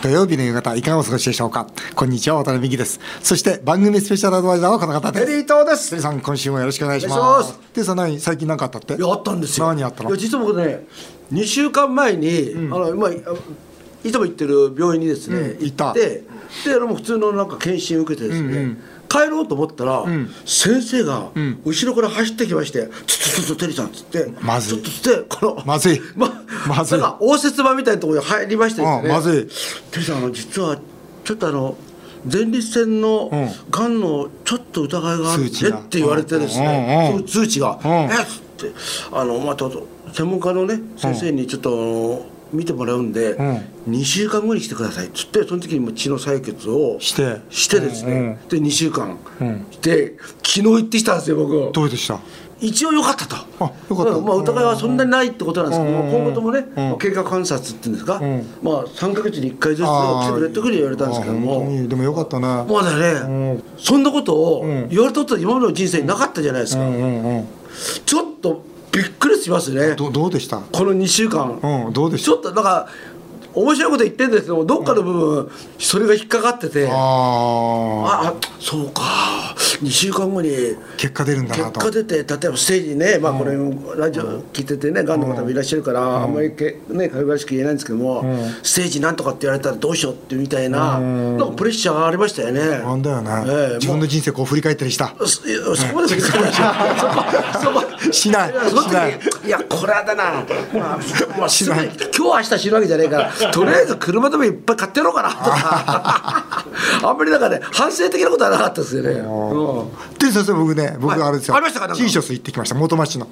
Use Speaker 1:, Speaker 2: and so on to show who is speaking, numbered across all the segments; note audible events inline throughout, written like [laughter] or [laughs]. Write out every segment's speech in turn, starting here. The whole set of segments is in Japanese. Speaker 1: 土曜日の夕方いかがお過ごしでしょうかこんにちは渡辺美希ですそして番組スペシャルアドバイザーはこの方で
Speaker 2: テ
Speaker 1: す
Speaker 2: リー東です
Speaker 1: テリーさん今週もよろしくお願いし
Speaker 2: お願
Speaker 1: ま
Speaker 2: いし
Speaker 1: す
Speaker 2: ます
Speaker 1: テリーさん何最近何かあったって
Speaker 2: いやあったんですよ
Speaker 1: 何あったの
Speaker 2: いや実は僕ね2週間前に、あの今あいつも行ってる病院にですね、
Speaker 1: うん行った
Speaker 2: でであの普通のなんか検診受けてですね、帰ろうと思ったら、先生が後ろから走ってきまして「ちょっとちょっとテリーさん」っつって
Speaker 1: まずい
Speaker 2: ちょっとつってこの
Speaker 1: まずい
Speaker 2: [laughs] ま
Speaker 1: まずい
Speaker 2: なんか応接間みたいなところに入りましてですね、
Speaker 1: うんまずい
Speaker 2: テリーさんあの実はちょっとあの前立腺の
Speaker 1: ん
Speaker 2: がんのちょっと疑いがあるね
Speaker 1: 数値が
Speaker 2: って言われてですね、
Speaker 1: うんうんうん
Speaker 2: その通知が「
Speaker 1: うん
Speaker 2: えっ!」つってあのまた専門家のね先生にちょっとあの見てもらうんで、
Speaker 1: ん
Speaker 2: 2週間後に来てくださいっつってその時にもう血の採血を
Speaker 1: して
Speaker 2: してですね、
Speaker 1: うん
Speaker 2: で2週間、で昨日行ってきたんですよ僕
Speaker 1: どうでした
Speaker 2: 一応良かったと
Speaker 1: あ良かった
Speaker 2: うんまあ、疑いはそんなにないってことなんですけど、
Speaker 1: うんうん
Speaker 2: 今後ともね、まあ経過観察っていうんですか、まあ、3か月に1回ずつ来てくれっていうふうに言われたんですけど
Speaker 1: あー
Speaker 2: も
Speaker 1: 本当。にでもよかったね
Speaker 2: まだね、そんなことを言われたことは今までの人生になかったじゃないですか、
Speaker 1: うんうん
Speaker 2: ちょっとびっくりしますね
Speaker 1: どどうでした
Speaker 2: この2週間、
Speaker 1: うんどうでし
Speaker 2: ちょっとなんか面白いこと言ってるんですけどもどっかの部分、それが引っかかってて
Speaker 1: た
Speaker 2: あ
Speaker 1: ああ
Speaker 2: あそうか2週間後に
Speaker 1: 結果出るんだ
Speaker 2: 結
Speaker 1: なと
Speaker 2: 果出て例えばステージにね、まあ、これラジオ聞いててねがんの方もいらっしゃるから、あんまりけ、ね、かよがしく言えないんですけども、ステージなんとかって言われたらどうしようってみたいな,、なんかプレッシャーがありましたよね。
Speaker 1: なんだよね、
Speaker 2: ええ
Speaker 1: 自分の人生こう振り返ったりした
Speaker 2: そいやそこまではそこまではそ
Speaker 1: [laughs]
Speaker 2: こ
Speaker 1: しない
Speaker 2: やその時
Speaker 1: しない
Speaker 2: いやこれはだな、まあまあ、すぐに今日明日死ぬわけじゃないからとりあえず車でもいっぱい買ってやろ
Speaker 1: [laughs]
Speaker 2: うかなとかあんまりなんかね反省的なことはなかったですよね、うん
Speaker 1: で先生僕ね僕
Speaker 2: はい
Speaker 1: あれですよ、
Speaker 2: ありましたかなんか
Speaker 1: シーショス行ってきました元町の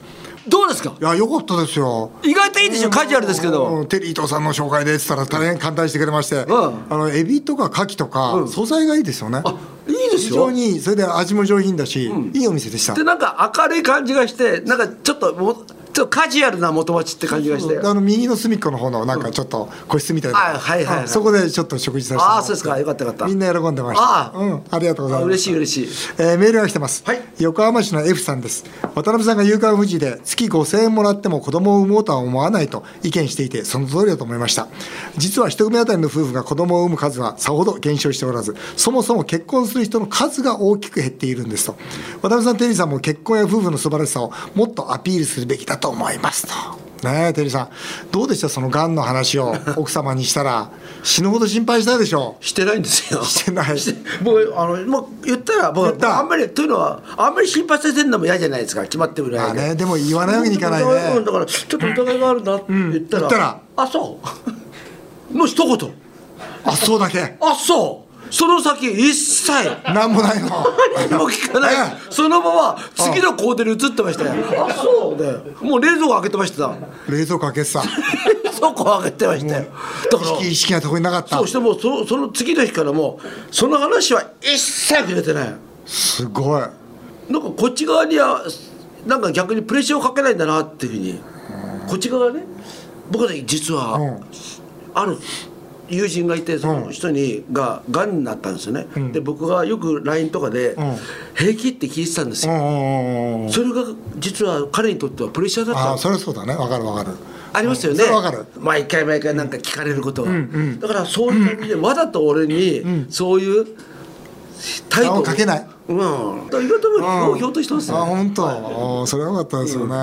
Speaker 2: どうですか
Speaker 1: いやよかったですよ
Speaker 2: 意外といいでしょカジュアルですけ
Speaker 1: う
Speaker 2: ど
Speaker 1: んテリー伊藤さんの紹介でって言ったら大変簡単にしてくれまして、
Speaker 2: ん
Speaker 1: あのエビとか牡蠣とか、
Speaker 2: ん
Speaker 1: 素材がいいですよね
Speaker 2: あいいです
Speaker 1: 非常
Speaker 2: よ
Speaker 1: にそれで味も上品だし、いいお店でした
Speaker 2: でなんか明るい感じがしてなんかちょっともちょっとカジュアルな元町って感じがして
Speaker 1: であの右の隅っこの方のなんかちょっと個室みたいな、
Speaker 2: あはいはいはい
Speaker 1: うんそこでちょっと食事させてもらっ
Speaker 2: ああ
Speaker 1: て
Speaker 2: そうですかよかったよかった
Speaker 1: みんな喜んでました
Speaker 2: あー
Speaker 1: うん、ありがとうござい
Speaker 2: あ
Speaker 1: ます
Speaker 2: 嬉しい嬉しい
Speaker 1: えーメールが来てます、
Speaker 2: はい
Speaker 1: 横浜市の F さんです渡辺さんが夕刊富士で月5000円もらっても子供を産もうとは思わないと意見していてその通りだと思いました実は一組当たりの夫婦が子供を産む数はさほど減少しておらずそもそも結婚する人の数が大きく減っているんですと渡辺さんテリーさんも結婚や夫婦の素晴らしさをもっとアピールするべきだと思いますとねえテリーさんどうでしたそのがんの話
Speaker 2: [laughs]
Speaker 1: を奥様にしたら死ぬほど心配したでしょう
Speaker 2: してないんです
Speaker 1: [laughs]
Speaker 2: よ。
Speaker 1: してない
Speaker 2: もうあのもう言ったらも
Speaker 1: 言っ
Speaker 2: う
Speaker 1: た
Speaker 2: あんまりというのはあんまり心配させるのも嫌じゃないですか決まってもない
Speaker 1: まあねでも言わないわけにいかないね
Speaker 2: [laughs] うんだからちょっと疑いがあるなって言ったら,、
Speaker 1: 言ったら
Speaker 2: あそう [laughs] の一言
Speaker 1: あそうだけ
Speaker 2: あそうその先
Speaker 1: [laughs]
Speaker 2: 一切
Speaker 1: なんもないの
Speaker 2: 何も聞かな
Speaker 1: え
Speaker 2: いそのまま次の工程に移ってましたよあそうねもう冷蔵庫開けてました
Speaker 1: 冷蔵庫開けてた
Speaker 2: 冷蔵庫開けてましたよだから
Speaker 1: 意識意識なとこになかった
Speaker 2: そうしてもうそのその次の日からもうその話は一切触れてない
Speaker 1: すごい
Speaker 2: なんかこっち側にはなんか逆にプレッシャーをかけないんだなっていうふうにこっち側はね僕はね実は、
Speaker 1: うん
Speaker 2: ある友人がいてその人にががんになったんですよね、で僕がよく LINE とかで「平気?」って聞いてたんです
Speaker 1: う
Speaker 2: よ、
Speaker 1: んうんうんうん
Speaker 2: それが実は彼にとってはプレッシャーだった
Speaker 1: あ
Speaker 2: ん
Speaker 1: あ
Speaker 2: です
Speaker 1: それはそうだねわかるわかる
Speaker 2: ありますよ
Speaker 1: そ
Speaker 2: ね、
Speaker 1: れはわかる
Speaker 2: 毎回毎回なんか聞かれることが、だからそういう感じでわざと俺にそういう態度
Speaker 1: 顔をかけない
Speaker 2: うんだから意外ともうひょうとしてます
Speaker 1: あ
Speaker 2: ね、
Speaker 1: 本当、おーそれは良かったですよね、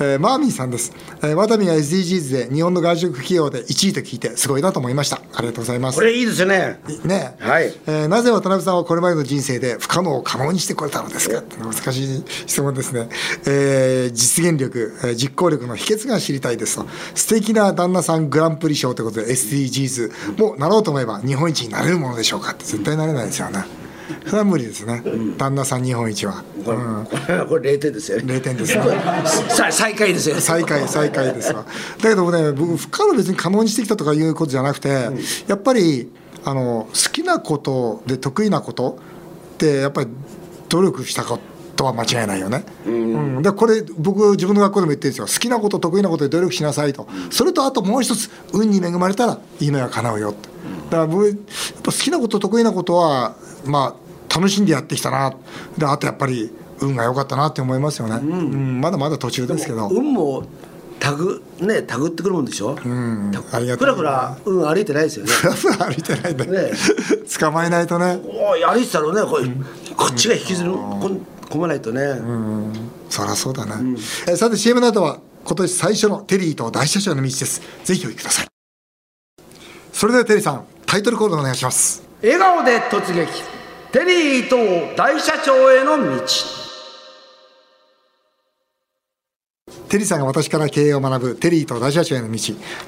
Speaker 1: えーマーミーさんです、えー、ワタミが SDGs で日本の外食企業で1位と聞いてすごいなと思いましたありがとうございます
Speaker 2: これいいですよね
Speaker 1: ね
Speaker 2: はい
Speaker 1: えーなぜ渡辺さんはこれまでの人生で不可能を可能にしてこれたのですかって難しい質問ですね、えー実現力、えー実行力の秘訣が知りたいですと素敵な旦那さんグランプリ賞ということで SDGs もなろうと思えば日本一になれるものでしょうかって絶対なれないですよねそれは無理ですね旦那さん日本一は、
Speaker 2: これ,、これ0点ですよね
Speaker 1: 0点ですね
Speaker 2: さ最下位ですよ
Speaker 1: 最下位最下位ですわだけどもね僕不可能別に可能にしてきたとかいうことじゃなくて、やっぱりあの好きなことで得意なことってやっぱり努力したことは間違いないよね、うんでこれ僕自分の学校でも言ってるんですよ好きなこと得意なことで努力しなさいと、それとあともう一つ運に恵まれたら夢は叶うよってだから僕やっぱ好きなこと得意なことはまあ楽しんでやってきたなであとやっぱり運が良かったなって思いますよね、うんまだまだ途中ですけど
Speaker 2: 運もタグねタグってくるもんでしょ、うん
Speaker 1: ありがと
Speaker 2: ふ
Speaker 1: う
Speaker 2: らふら、うん、歩いてないですよね
Speaker 1: ふらふら歩いてないんだ、
Speaker 2: ね
Speaker 1: 捕まえないとね
Speaker 2: おい歩いてたらねこ,、うこっちが引きずるこん込まないとね、
Speaker 1: そりゃそうだな、えさて CM の後は今年最初のテリーと大社長の道ですぜひお聞きくださいそれではテリーさんタイトルコールお願いします
Speaker 2: 笑顔で突撃テリー伊藤大社長への道
Speaker 1: テリーさんが私から経営を学ぶテリーと大社長への道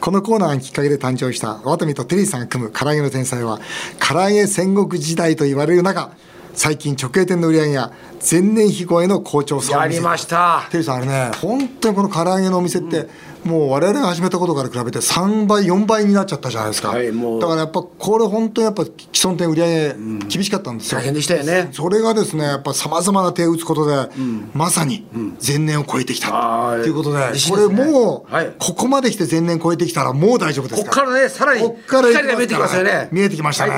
Speaker 1: このコーナーがきっかけで誕生したワタミとテリーさんが組む唐揚げの天才は唐揚げ戦国時代と言われる中最近直営店の売り上げが前年比超えの好調さを
Speaker 2: や
Speaker 1: 見
Speaker 2: り
Speaker 1: せ
Speaker 2: ました
Speaker 1: テリーさんあれね本当にこの唐揚げのお店って、もう我々が始めたことから比べて3倍4倍になっちゃったじゃないですか、
Speaker 2: はいもう
Speaker 1: だからやっぱこれ本当にやっぱ既存店売り上げ厳しかったんですよ、
Speaker 2: 大変でしたよね
Speaker 1: それがですねやっぱさまざまな手を打つことで、まさに前年を超えてき
Speaker 2: あ
Speaker 1: た
Speaker 2: ー
Speaker 1: ということで
Speaker 2: 自信
Speaker 1: こ
Speaker 2: で
Speaker 1: れ
Speaker 2: すね
Speaker 1: もう、
Speaker 2: はい
Speaker 1: ここまで来て前年超えてきたらもう大丈夫です
Speaker 2: こっ
Speaker 1: から
Speaker 2: からねさらに
Speaker 1: こっから
Speaker 2: 光が見えてきますよね
Speaker 1: 見えてきましたね、
Speaker 2: は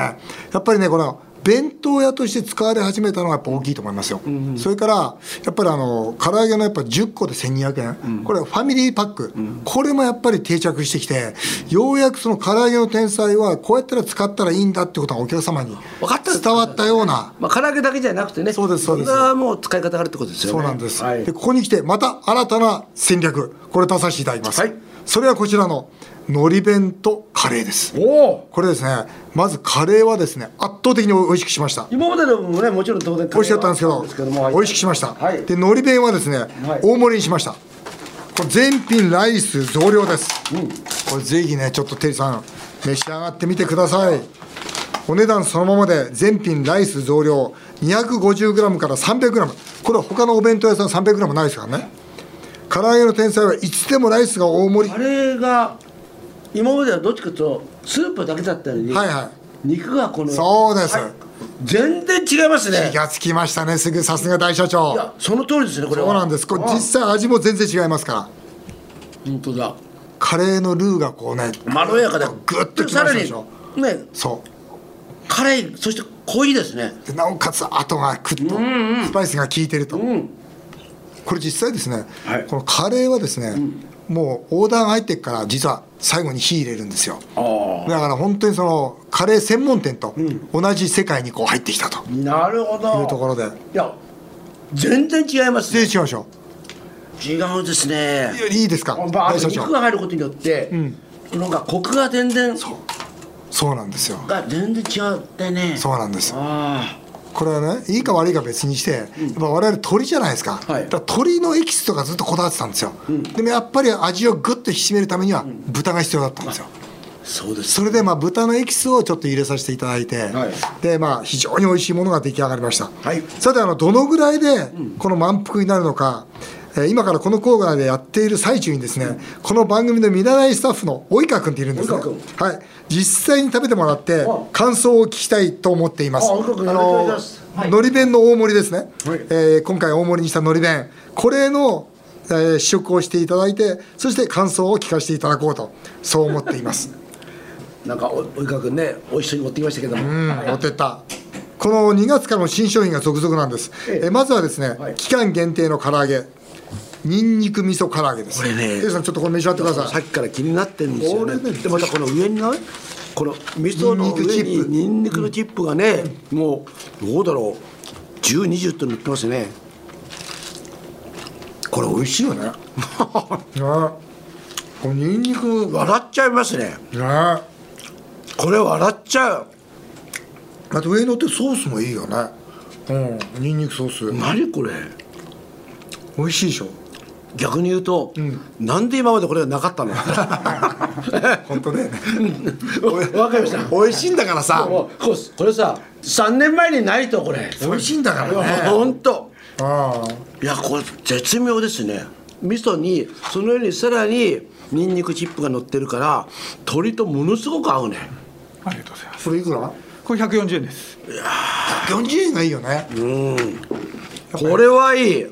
Speaker 1: やっぱりねこの弁当屋として使われ始めたのはやっぱ大きいと思いますよ、それからやっぱりあの唐揚げのやっぱ10個で1200円、これはファミリーパック、これもやっぱり定着してきてようやくその唐揚げの天才はこうやったら使ったらいいんだってことがお客様に
Speaker 2: 分かった
Speaker 1: 伝わったような
Speaker 2: まあ、唐揚げだけじゃなくてね
Speaker 1: そうですそうです
Speaker 2: いろんなもう使い方があるってことですよね
Speaker 1: そうなんです、
Speaker 2: はい
Speaker 1: でここに来てまた新たな戦略これ出させていただきます、
Speaker 2: はい
Speaker 1: それはこちらののり弁とカレーです
Speaker 2: おお
Speaker 1: これですねまずカレーはですね圧倒的に美味しくしました
Speaker 2: 今までのもねもちろん当然
Speaker 1: 美味しかったんですけど
Speaker 2: も
Speaker 1: 美味しくしました、
Speaker 2: はい
Speaker 1: でのり弁はですね、
Speaker 2: い
Speaker 1: 大盛りにしましたこれ全品ライス増量です、これぜひねちょっとテリーさん召し上がってみてくださいお値段そのままで全品ライス増量 250g から 300g これは他のお弁当屋さん 300g ないですからね唐揚げの天才はいつでもライスが大盛り
Speaker 2: カレーが今まではどっちかというとスープだけだったのに、
Speaker 1: はいはい
Speaker 2: 肉がこの
Speaker 1: そうです、
Speaker 2: はい全然違いますね
Speaker 1: 気がつきましたねすぐさすが大社長
Speaker 2: いやその通りですねこれは
Speaker 1: そうなんですこれ
Speaker 2: ああ
Speaker 1: 実際味も全然違いますから
Speaker 2: 本当だ
Speaker 1: カレーのルーがこうね
Speaker 2: まろやかで
Speaker 1: グッときましたでしょ
Speaker 2: さらにね
Speaker 1: そ
Speaker 2: カレーそして濃いですね
Speaker 1: うでなおかつ後がクッとスパイスが効いてると、これ実際ですね、
Speaker 2: はい
Speaker 1: このカレーはですね、もうオーダーが入ってから実は最後に火入れるんですよ
Speaker 2: あ
Speaker 1: だから本当にそのカレー専門店と同じ世界にこう入ってきたと
Speaker 2: あなるほど
Speaker 1: いうところで
Speaker 2: いや全然違いますね
Speaker 1: 失礼しましょ
Speaker 2: 違うですね
Speaker 1: ういやいいですか
Speaker 2: やっぱあ
Speaker 1: 大
Speaker 2: と
Speaker 1: 社
Speaker 2: 肉
Speaker 1: 長
Speaker 2: が入ることによって、
Speaker 1: ん
Speaker 2: なんかコクが全然
Speaker 1: そうなんですよ
Speaker 2: が全然違ってね
Speaker 1: そうなんです
Speaker 2: あ
Speaker 1: これはねいいか悪いか別にして、やっぱ我々鳥じゃないですか,、
Speaker 2: はい
Speaker 1: だから鳥のエキスとかずっとこだわってたんですよ、でもやっぱり味をグッと引き締めるためには豚が必要だったんですよ、
Speaker 2: あそうです
Speaker 1: それでまあ豚のエキスをちょっと入れさせていただいて、
Speaker 2: はい
Speaker 1: でまあ非常に美味しいものが出来上がりました、
Speaker 2: はい
Speaker 1: さてあのどのぐらいでこの満腹になるのか、えー今からこのコーナーでやっている最中にですね、この番組の見習いスタッフの及川君っているんですね
Speaker 2: 及
Speaker 1: はい実際に食べてもらって
Speaker 2: あ
Speaker 1: 感想を聞きたいと思っています
Speaker 2: あ及川君
Speaker 1: あ
Speaker 2: よろしくお願い
Speaker 1: の
Speaker 2: しますはい
Speaker 1: のり弁の大盛りですね、
Speaker 2: はい
Speaker 1: えー今回大盛りにしたのり弁これの、えー試食をしていただいてそして感想を聞かせていただこうとそう思っています
Speaker 2: なんかお及川君ね美味しそうに持ってきましたけども、
Speaker 1: うん、持ってったこの2月からの新商品が続々なんです、
Speaker 2: ええ
Speaker 1: えまずはですね、
Speaker 2: はい
Speaker 1: 期間限定の唐揚げにんにく味噌唐揚げです
Speaker 2: これね
Speaker 1: エリさんちょっとこれ召し上がってくださ
Speaker 2: さ
Speaker 1: い
Speaker 2: っきから気になってるんですよね
Speaker 1: これね
Speaker 2: でまたこの上にねこの味噌の上にニ
Speaker 1: ニ
Speaker 2: ンニクのチップがね、もうどうだろう1020って塗ってますねこれ美味しいよね
Speaker 1: ねこのにんにくね
Speaker 2: 笑っちゃいますね
Speaker 1: あ
Speaker 2: これ笑っちゃう
Speaker 1: と上に乗ってるソースもいいよねうんにんにくソース、
Speaker 2: 何これ
Speaker 1: 美味しいでしょ
Speaker 2: 逆に言うと、なんで今までこれがなかったのわ
Speaker 1: 本当ね
Speaker 2: かりました
Speaker 1: 美味しいんだからさ
Speaker 2: [laughs] もうここれさ3年前にないとこれ
Speaker 1: 美味しいんだからね
Speaker 2: [laughs] 本当
Speaker 1: あ
Speaker 2: いやこれ絶妙ですね味噌にその上にさらにニンニクチップが乗ってるから鶏とものすごく合うね
Speaker 3: ありがとうございます
Speaker 1: それいくら
Speaker 3: これ140円です
Speaker 1: 40円がいいよね、
Speaker 2: これはいい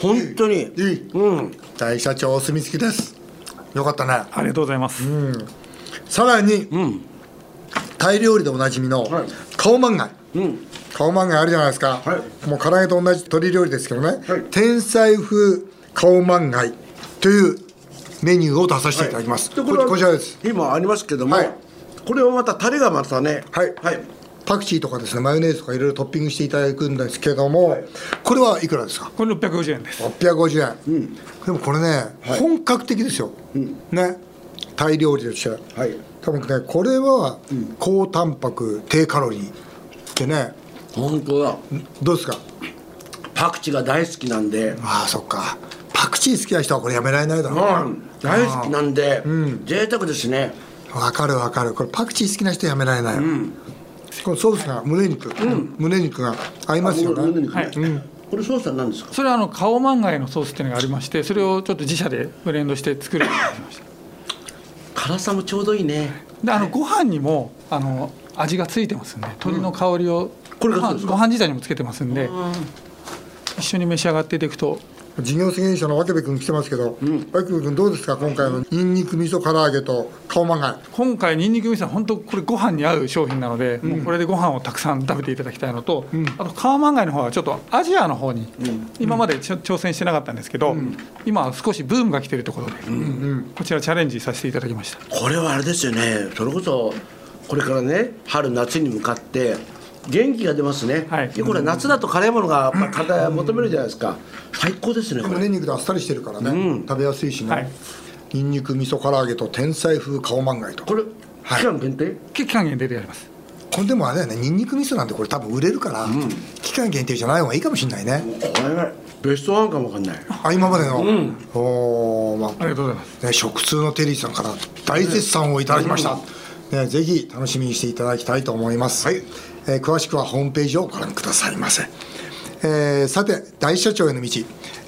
Speaker 2: 本当に
Speaker 1: いい
Speaker 2: うん
Speaker 1: 大社長お墨付きですよかったね
Speaker 3: ありがとうございます、
Speaker 1: さらに、タイ料理でおなじみの
Speaker 2: はい
Speaker 1: カオマンガイ、
Speaker 2: うん
Speaker 1: カオマンガイあるじゃないですか、もう唐揚げと同じ鶏料理ですけどね、天才風カオマンガイというメニューを出させていただきます、
Speaker 2: でこ
Speaker 1: こ
Speaker 2: れは
Speaker 1: こちらです
Speaker 2: 今ありますけども、
Speaker 1: はい
Speaker 2: これはまたタレがまたね
Speaker 1: はい
Speaker 2: はい、
Speaker 1: パクチーとかですねマヨネーズとかいろいろトッピングしていただくんですけども、これはいくらですか
Speaker 3: これ650円です
Speaker 1: 650円、でもこれね、本格的ですよ、ねタイ料理として
Speaker 2: はい
Speaker 1: 多分ねこれは高タンパク低カロリーってね
Speaker 2: 本当だ
Speaker 1: どうですか
Speaker 2: パクチーが大好きなんで、
Speaker 1: ああそっかパクチー好きな人はこれやめられないだろう
Speaker 2: うん、大好きなんで、贅沢ですね
Speaker 1: わかるわかるこれパクチー好きな人やめられないよ、このソースが胸肉、胸肉が合いますよ
Speaker 2: あ胸
Speaker 1: ね
Speaker 2: 肉ね
Speaker 3: はい
Speaker 2: これソースは何ですか
Speaker 3: それはあのカオマンガイのソースっていうのがありましてそれをちょっと自社でブレンドして作るようになりました
Speaker 2: 辛さもちょうどいいね
Speaker 3: であのご飯にもあの味がついてますんで鶏の香りを、
Speaker 2: これがそう
Speaker 3: ご飯
Speaker 2: ですか
Speaker 3: ご飯自体にもつけてますんで一緒に召し上がっていくと
Speaker 1: 事業責任者の渡部君来てますけど、渡部君どうですか今回のニンニク味噌唐揚げと顔まんがい
Speaker 3: 今回にんにく味噌は本当これご飯に合う商品なので、もうこれでご飯をたくさん食べていただきたいのと、あとカオマンガイの方はちょっとアジアの方に、今までちょ挑戦してなかったんですけど、今は少しブームが来てるところで、こちらチャレンジさせていただきました
Speaker 2: これはあれですよねそれこそこれからね春夏に向かって元気が出ますね、
Speaker 3: はい
Speaker 2: でこれ夏だと辛いものがやっぱ体求めるじゃないですか最高ですねこれ
Speaker 1: 胸肉であっさりしてるからね、食べやすいしね、
Speaker 3: はい
Speaker 1: ニンニク味噌唐揚げと天才風顔まんがいと
Speaker 2: これ
Speaker 1: はい
Speaker 2: 期間限定、
Speaker 3: 期間限定でやります
Speaker 1: これでもあれだよねニンニク味噌なんてこれ多分売れるから、期間限定じゃない方がいいかもしれないね、
Speaker 2: これはベストワンかもわかんない
Speaker 1: あ今までの、おーまあ
Speaker 3: ありがとうございます
Speaker 1: ね、食通のテリーさんから大絶賛をいただきました、ね、ぜひ楽しみにしていただきたいと思います、えー詳しくはホームページをご覧くださいませ、えーさて大社長への道、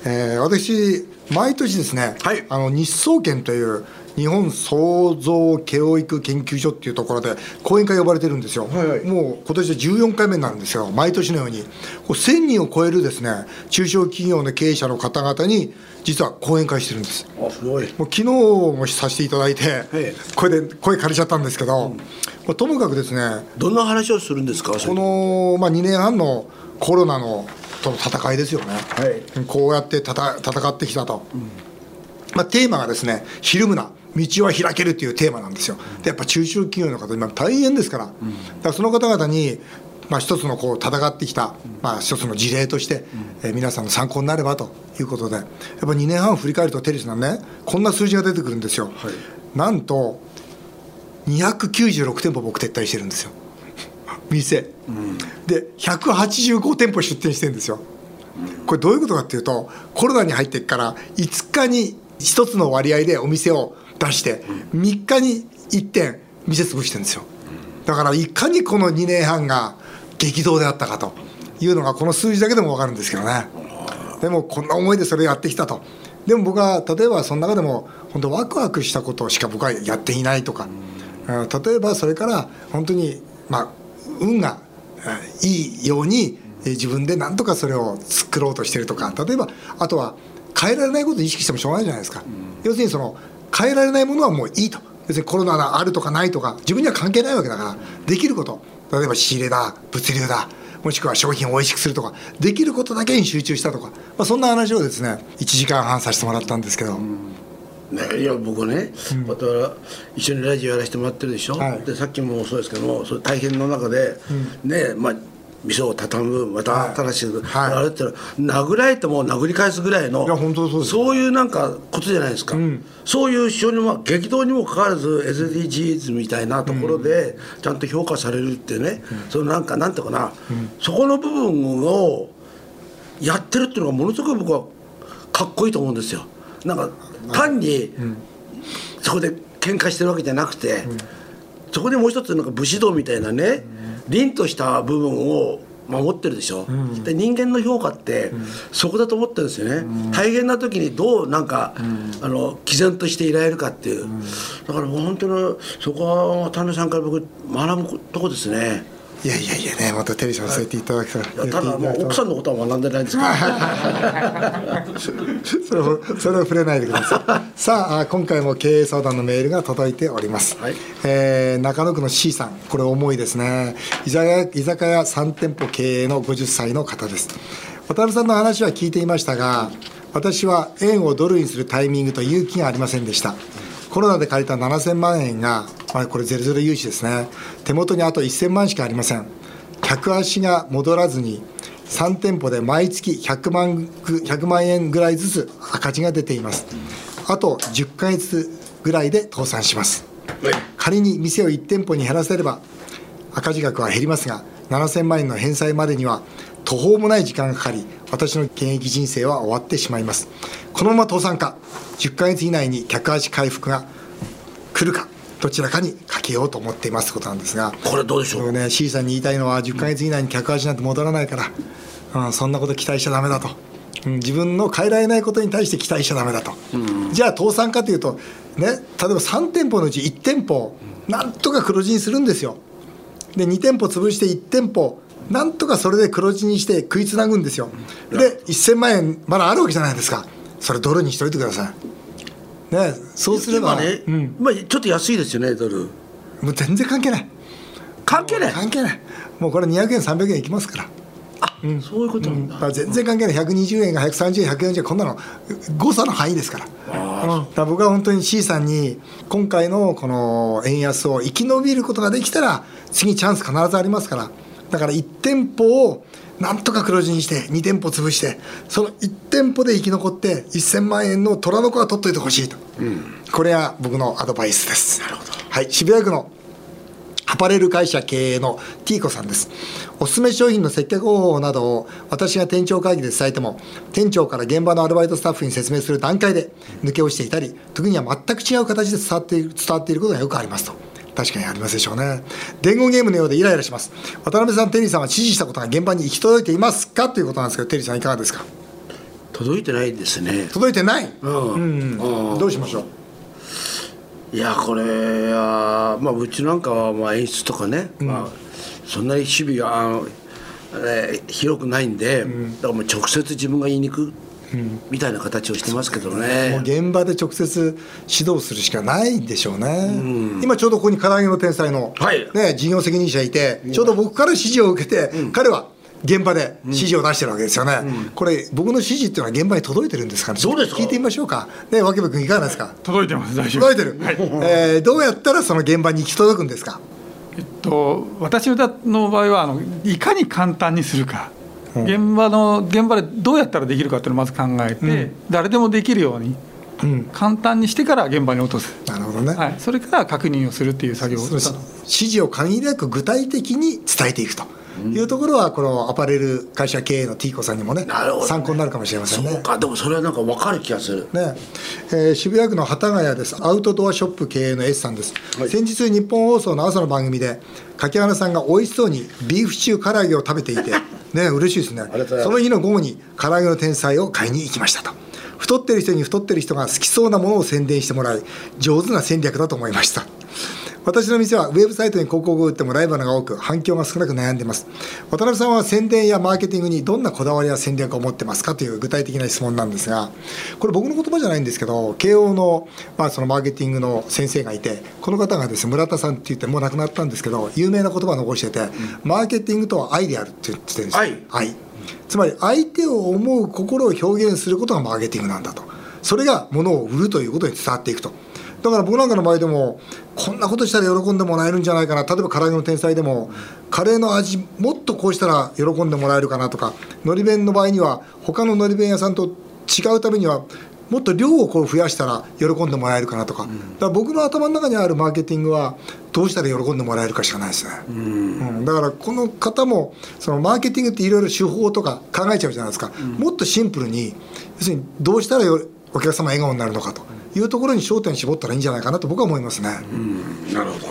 Speaker 1: えー私毎年ですね、
Speaker 2: はい
Speaker 1: あの日総研という日本創造教育研究所っていうところで講演会呼ばれてるんですよ、
Speaker 2: はいはい
Speaker 1: もう今年で14回目なんですよ毎年のようにこう1000人を超えるですね中小企業の経営者の方々に実は講演会してるんです
Speaker 2: あすごい
Speaker 1: もう昨日もさせていただいて、
Speaker 2: え
Speaker 1: これで声借りちゃったんですけど、もうともかくですね、
Speaker 2: どんな話をするんですか
Speaker 1: この、まあ、2年半のコロナのとの戦いですよね、
Speaker 2: はい
Speaker 1: こうやってたた戦ってきたと、まあ、テーマがですね、ひるむな、道は開けるというテーマなんですよ、でやっぱ中小企業の方、今、大変ですから、だからその方々に、まあ、一つのこう戦ってきた、まあ、一つの事例として、えー皆さんの参考になればということで、やっぱ2年半振り返ると、テリスさんね、こんな数字が出てくるんですよ、なんと296店舗、僕、撤退してるんです [laughs] よ。店、で185店舗出店してるんですよこれどういうことかっていうとコロナに入ってから5日に1つの割合でお店を出して3日に1店店潰してるんですよだからいかにこの2年半が激動であったかというのがこの数字だけでも分かるんですけどねでもこんな思いでそれやってきたとでも僕は例えばその中でも本当ワクワクしたことしか僕はやっていないとか、うん例えばそれから本当にまあ運がえーいいようにえー自分で何とかそれを作ろうとしてるとか例えばあとは変えられないことを意識してもしょうがないじゃないですか、要するにその変えられないものはもういいと要するにコロナがあるとかないとか自分には関係ないわけだからできること例えば仕入れだ物流だもしくは商品を美味しくするとかできることだけに集中したとか、まあ、そんな話をですね1時間半させてもらったんですけど、
Speaker 2: ね、いや僕ね、また一緒にラジオやらせてもらってるでしょ、
Speaker 1: はい
Speaker 2: でさっきもそうですけどもそれ大変の中で、ねまあ店を畳むま
Speaker 1: は
Speaker 2: た
Speaker 1: い
Speaker 2: 新しく、
Speaker 1: はい
Speaker 2: あれってのは殴られても殴り返すぐらいの
Speaker 1: いや本当そうです
Speaker 2: いうなんかことじゃないですか、そういう非常に、まあ、激動にもかかわらず SDGs みたいなところでちゃんと評価されるってね、そのなんかなんていうかな、そこの部分をやってるっていうのがものすごく僕はかっこいいと思うんですよなんか単にそこで喧嘩してるわけじゃなくて、そこでもう一つなんか武士道みたいなね、凛とした部分を守ってるでしょ、で人間の評価って、そこだと思ってるんですよね、大変な時にどうなんか、あの毅然としていられるかっていう、だからもう本当にそこは田辺さんから僕学ぶとこですね
Speaker 1: いやいやいやねまたテレビさんにそうやっていただきたら
Speaker 2: いやただもう奥さんのことは学んでないんですけど
Speaker 1: [laughs] それをそれを触れないでくださいさああ今回も経営相談のメールが届いております、
Speaker 2: はい
Speaker 1: えー中野区の C さんこれ重いですね居酒屋居酒屋3店舗経営の50歳の方です渡辺さんの話は聞いていましたが私は円をドルにするタイミングと勇気がありませんでしたコロナで借りた7000万円が、まあ、これゼロゼロ融資ですね手元にあと1000万しかありません客足が戻らずに3店舗で毎月100万ぐ100万円ぐらいずつ赤字が出ていますあと10ヶ月ぐらいで倒産します仮に店を1店舗に減らせれば赤字額は減りますが7000万円の返済までには途方もない時間がかかり私の現役人生は終わってしまいますこのまま倒産か10ヶ月以内に客足回復が来るかどちらかにかけようと思っていますということなんですが
Speaker 2: これどうでしょ
Speaker 1: 僕
Speaker 2: う
Speaker 1: ね C さんに言いたいのは10ヶ月以内に客足なんて戻らないから、うん、そんなこと期待しちゃダメだと、うん、自分の変えられないことに対して期待しちゃダメだと、じゃあ倒産かというと、ね、例えば3店舗のうち1店舗なんとか黒字にするんですよで2店舗潰して1店舗なんとかそれで黒字にして食いつなぐんですよで1000万円まだあるわけじゃないですかそれドルにしといてくださいねそうすれば、
Speaker 2: 今ね、まあ、ちょっと安いですよねドル
Speaker 1: もう全然関係ない
Speaker 2: 関係ない
Speaker 1: 関係ないもうこれ200円300円いきますから
Speaker 2: そういうことなんだ、
Speaker 1: だから全然関係ない120円が130円140円こんなの誤差の範囲ですからうんだから僕は本当に C さんに今回のこの円安を生き延びることができたら次チャンス必ずありますからだから1店舗をなんとか黒字にして2店舗潰してその1店舗で生き残って1000万円の虎の子は取っといてほしいと、これは僕のアドバイスですなるほど、はい、渋谷区のアパレル会社経営の T 子さんです。おすすめ商品の接客方法などを私が店長会議で伝えても、店長から現場のアルバイトスタッフに説明する段階で抜け落ちていたり、時には全く違う形で伝わっている伝わっていることがよくありますと。確かにありますでしょうね。伝言ゲームのようでイライラします。渡辺さん、テリーさんは指示したことが現場に行き届いていますかということなんですけど、テリーさんいかがですか
Speaker 2: 届いてないですね
Speaker 1: 届いてない、
Speaker 2: うん、
Speaker 1: どうしましょう
Speaker 2: いやこれはまあうちなんかはまあ演出とかね、まあ、そんなに守備があのえー広くないんで、だからもう直接自分が言いに行くみたいな形をしてますけど
Speaker 1: もう
Speaker 2: ね。
Speaker 1: 現場で直接指導するしかないんでしょうね、今ちょうどここに唐揚げの天才の、
Speaker 2: はい
Speaker 1: ね、事業責任者いて、ちょうど僕から指示を受けて、彼は現場で指示を出してるわけですよね、これ僕の指示っていうのは現場に届いてるんですかね
Speaker 2: そうですか
Speaker 1: 聞いてみましょうかね脇部君いかがですか
Speaker 3: 届いてます大丈夫
Speaker 1: 届いてる、えーどうやったらその現場に行き届くんですか
Speaker 3: えっと、私の場合はあのいかに簡単にするか、現場の現場でどうやったらできるかっていうのをまず考えて、誰でもできるように
Speaker 1: うん
Speaker 3: 簡単にしてから現場に落とす、
Speaker 1: なるほどね、
Speaker 3: はい、それから確認をするっていう作業を
Speaker 1: その指示を限りなく具体的に伝えていくというところはこのアパレル会社経営の T 子さんにもね
Speaker 2: なるほどね
Speaker 1: 参考になるかもしれませんね
Speaker 2: そう。かでもそれはなんか分かる気がする。
Speaker 1: ねえー渋谷区の幡ヶ谷ですアウトドアショップ経営の S さんです、先日日本放送の朝の番組で柿原さんが美味しそうにビーフシチュー唐揚げを食べてい
Speaker 2: [laughs]
Speaker 1: てね嬉しいですね
Speaker 2: とうございます
Speaker 1: その日の午後に唐揚げの天才を買いに行きましたと太ってる人に太ってる人が好きそうなものを宣伝してもらい上手な戦略だと思いました私の店はウェブサイトに広告を打ってもライバルが多く反響が少なく悩んでいます渡辺さんは宣伝やマーケティングにどんなこだわりや戦略を持ってますかという具体的な質問なんですがこれ僕の言葉じゃないんですけど慶応の,、まあそのマーケティングの先生がいてこの方がですね村田さんって言ってもう亡くなったんですけど有名な言葉を残してて、マーケティングとは愛であるって言ってるんですよ
Speaker 2: 愛
Speaker 1: 愛つまり相手を思う心を表現することがマーケティングなんだとそれが物を売るということに伝わっていくとだから僕なんかの場合でもこんなことしたら喜んでもらえるんじゃないかな例えば唐揚げの天才でもカレーの味もっとこうしたら喜んでもらえるかなとかのり弁の場合には他ののり弁屋さんと違うためにはもっと量をこう増やしたら喜んでもらえるかなとか,、だから僕の頭の中にあるマーケティングはどうしたら喜んでもらえるかしかないですね。うん、だからこの方もそのマーケティングっていろいろ手法とか考えちゃうじゃないですか、もっとシンプルに要するにどうしたらよお客様笑顔になるのかというところに焦点絞ったらいいんじゃないかなと僕は思いますね、
Speaker 2: なるほど。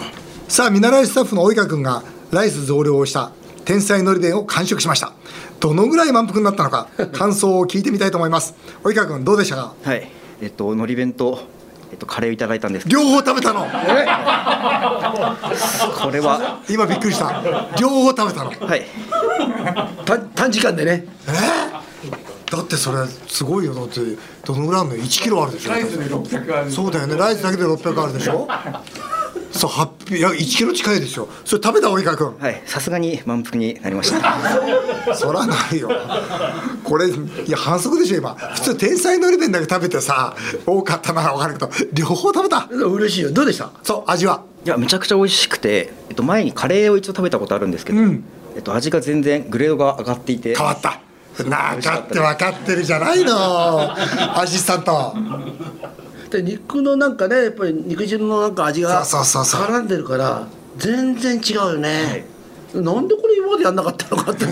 Speaker 1: さあ見習いスタッフの及川君がライス増量をした天才のり弁を完食しましたどのぐらい満腹になったの [laughs] か感想を聞いてみたいと思います及川君どうでしたか
Speaker 4: はい、えっと、のり弁と、えっと、カレーをいただいたんですけ
Speaker 1: 両方食べたの
Speaker 4: ど、これは。
Speaker 1: 今びっくりした両方食べたの
Speaker 4: はい、
Speaker 2: 短短時間でね。
Speaker 1: だってそれすごいよだってどのぐらいあるの1キロあるでしょ
Speaker 3: ライスに600ある
Speaker 1: そうだよねライスだけで600あるでしょそう800いや1キロ近いでしょそれ食べた大井川君
Speaker 4: はいさすがに満腹になりました
Speaker 1: そらないよこれいや反則でしょ今普通天才のり弁だけ食べてさ多かったなら分かるけど両方食べた
Speaker 2: 嬉しいよどうでした
Speaker 1: そう味はい
Speaker 4: やめちゃくちゃ美味しくて、えっと、前にカレーを一度食べたことあるんですけど、えっと、味が全然グレードが上がっていて
Speaker 1: 変わったなかって分かってるじゃないのアシスタント
Speaker 2: で肉のなんかねやっぱり肉汁のなんか味が
Speaker 1: そうそうそうそう
Speaker 2: 絡んでるから全然違うよね、なんでこれ今までやんなかったの
Speaker 1: [laughs]
Speaker 2: かって [laughs]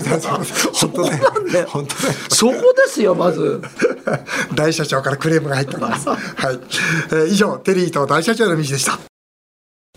Speaker 1: 本当ね本当ね
Speaker 2: そこですよまず
Speaker 1: [laughs] 大社長からクレームが入ったんです。はい、えー以上、テリーと大社長の道でした。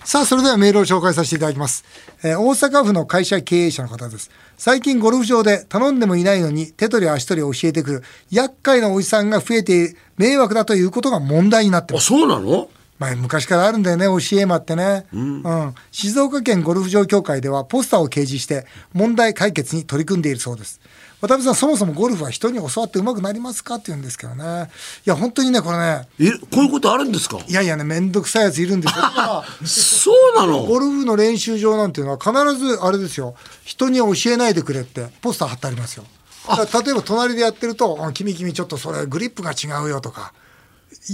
Speaker 1: さあ、それではメールを紹介させていただきます。えー大阪府の会社経営者の方です。最近ゴルフ場で頼んでもいないのに手取り足取り教えてくる厄介なおじさんが増えて迷惑だということが問題になってます。
Speaker 2: そうなの
Speaker 1: まあ、昔からあるんだよね、教え魔ってね、うん。静岡県ゴルフ場協会ではポスターを掲示して問題解決に取り組んでいるそうです。渡辺さん、そもそもゴルフは人に教わって上手くなりますかって言うんですけどね。いや、本当にね、これね、
Speaker 2: えこういうことあるんですか
Speaker 1: いやいやね、めんどくさいやついるん [laughs] ですよ。だから
Speaker 2: そうなの
Speaker 1: ゴルフの練習場なんていうのは必ずあれですよ人に教えないでくれってポスター貼ってありますよだから例えば隣でやってると「あ君君ちょっとそれグリップが違うよ」とか、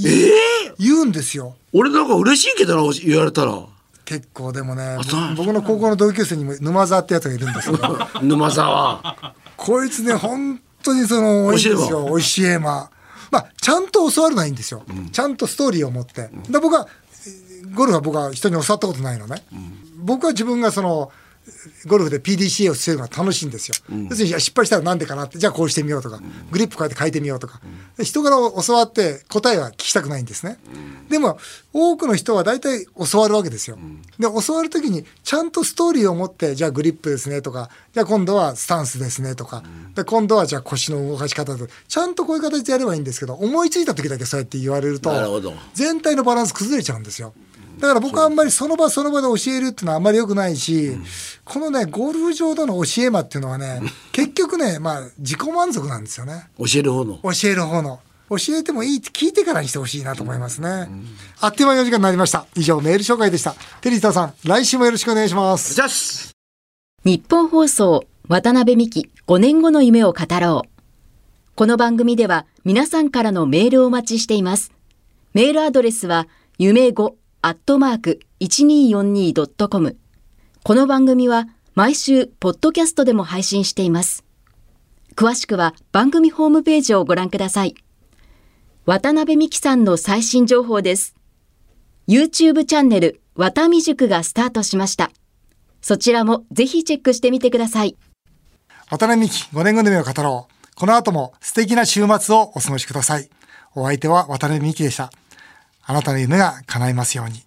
Speaker 1: え言うんですよ
Speaker 2: 俺なんか嬉しいけどな言われたら
Speaker 1: 結構でもね
Speaker 2: そうなんだ
Speaker 1: 僕の高校の同級生にも沼沢ってやつがいるんですよ
Speaker 2: 沼沢
Speaker 1: こいつね本当にその美味しいんですよ美味しい絵馬まあちゃんと教わるのはいいんですよ、ちゃんとストーリーを持って、で僕はえーゴルフは僕は人に教わったことないのね、僕は自分がそのゴルフで PDCA をするのが楽しいんですよ、別にいや失敗したらなんでかなってじゃあこうしてみようとか、グリップ変えて変えてみようとか、で人から教わって答えは聞きたくないんですね、でも多くの人は大体教わるわけですよ、で教わる時にちゃんとストーリーを持ってじゃあグリップですねとかじゃあ今度はスタンスですねとか、で今度はじゃあ腰の動かし方とかちゃんとこういう形でやればいいんですけど思いついた時だけそうやって言われると
Speaker 2: なるほど
Speaker 1: 全体のバランス崩れちゃうんですよ。だから僕はあんまりその場その場で教えるっていうのはあんまり良くないし、このね、ゴルフ場での教え魔っていうのはね、結局ね、まあ自己満足なんですよね。
Speaker 2: 教える方の
Speaker 1: 教える方の。教えてもいいって聞いてからにしてほしいなと思いますね。あっという間にお時間になりました。以上メール紹介でした。テリータさん、来週もよろしくお願いします。
Speaker 2: じゃっす
Speaker 5: 日本放送渡辺美希5年後の夢を語ろう。この番組では皆さんからのメールをお待ちしています。メールアドレスは夢5アットマーク 1242.com。この番組は毎週ポッドキャストでも配信しています。詳しくは番組ホームページをご覧ください。渡辺美希さんの最新情報です。YouTube チャンネル渡未塾がスタートしました。そちらもぜひチェックしてみてください。
Speaker 1: 渡辺美希5年後の夢を語ろう。この後も素敵な週末をお過ごしください。お相手は渡辺美希でした。あなたの夢が叶いますように。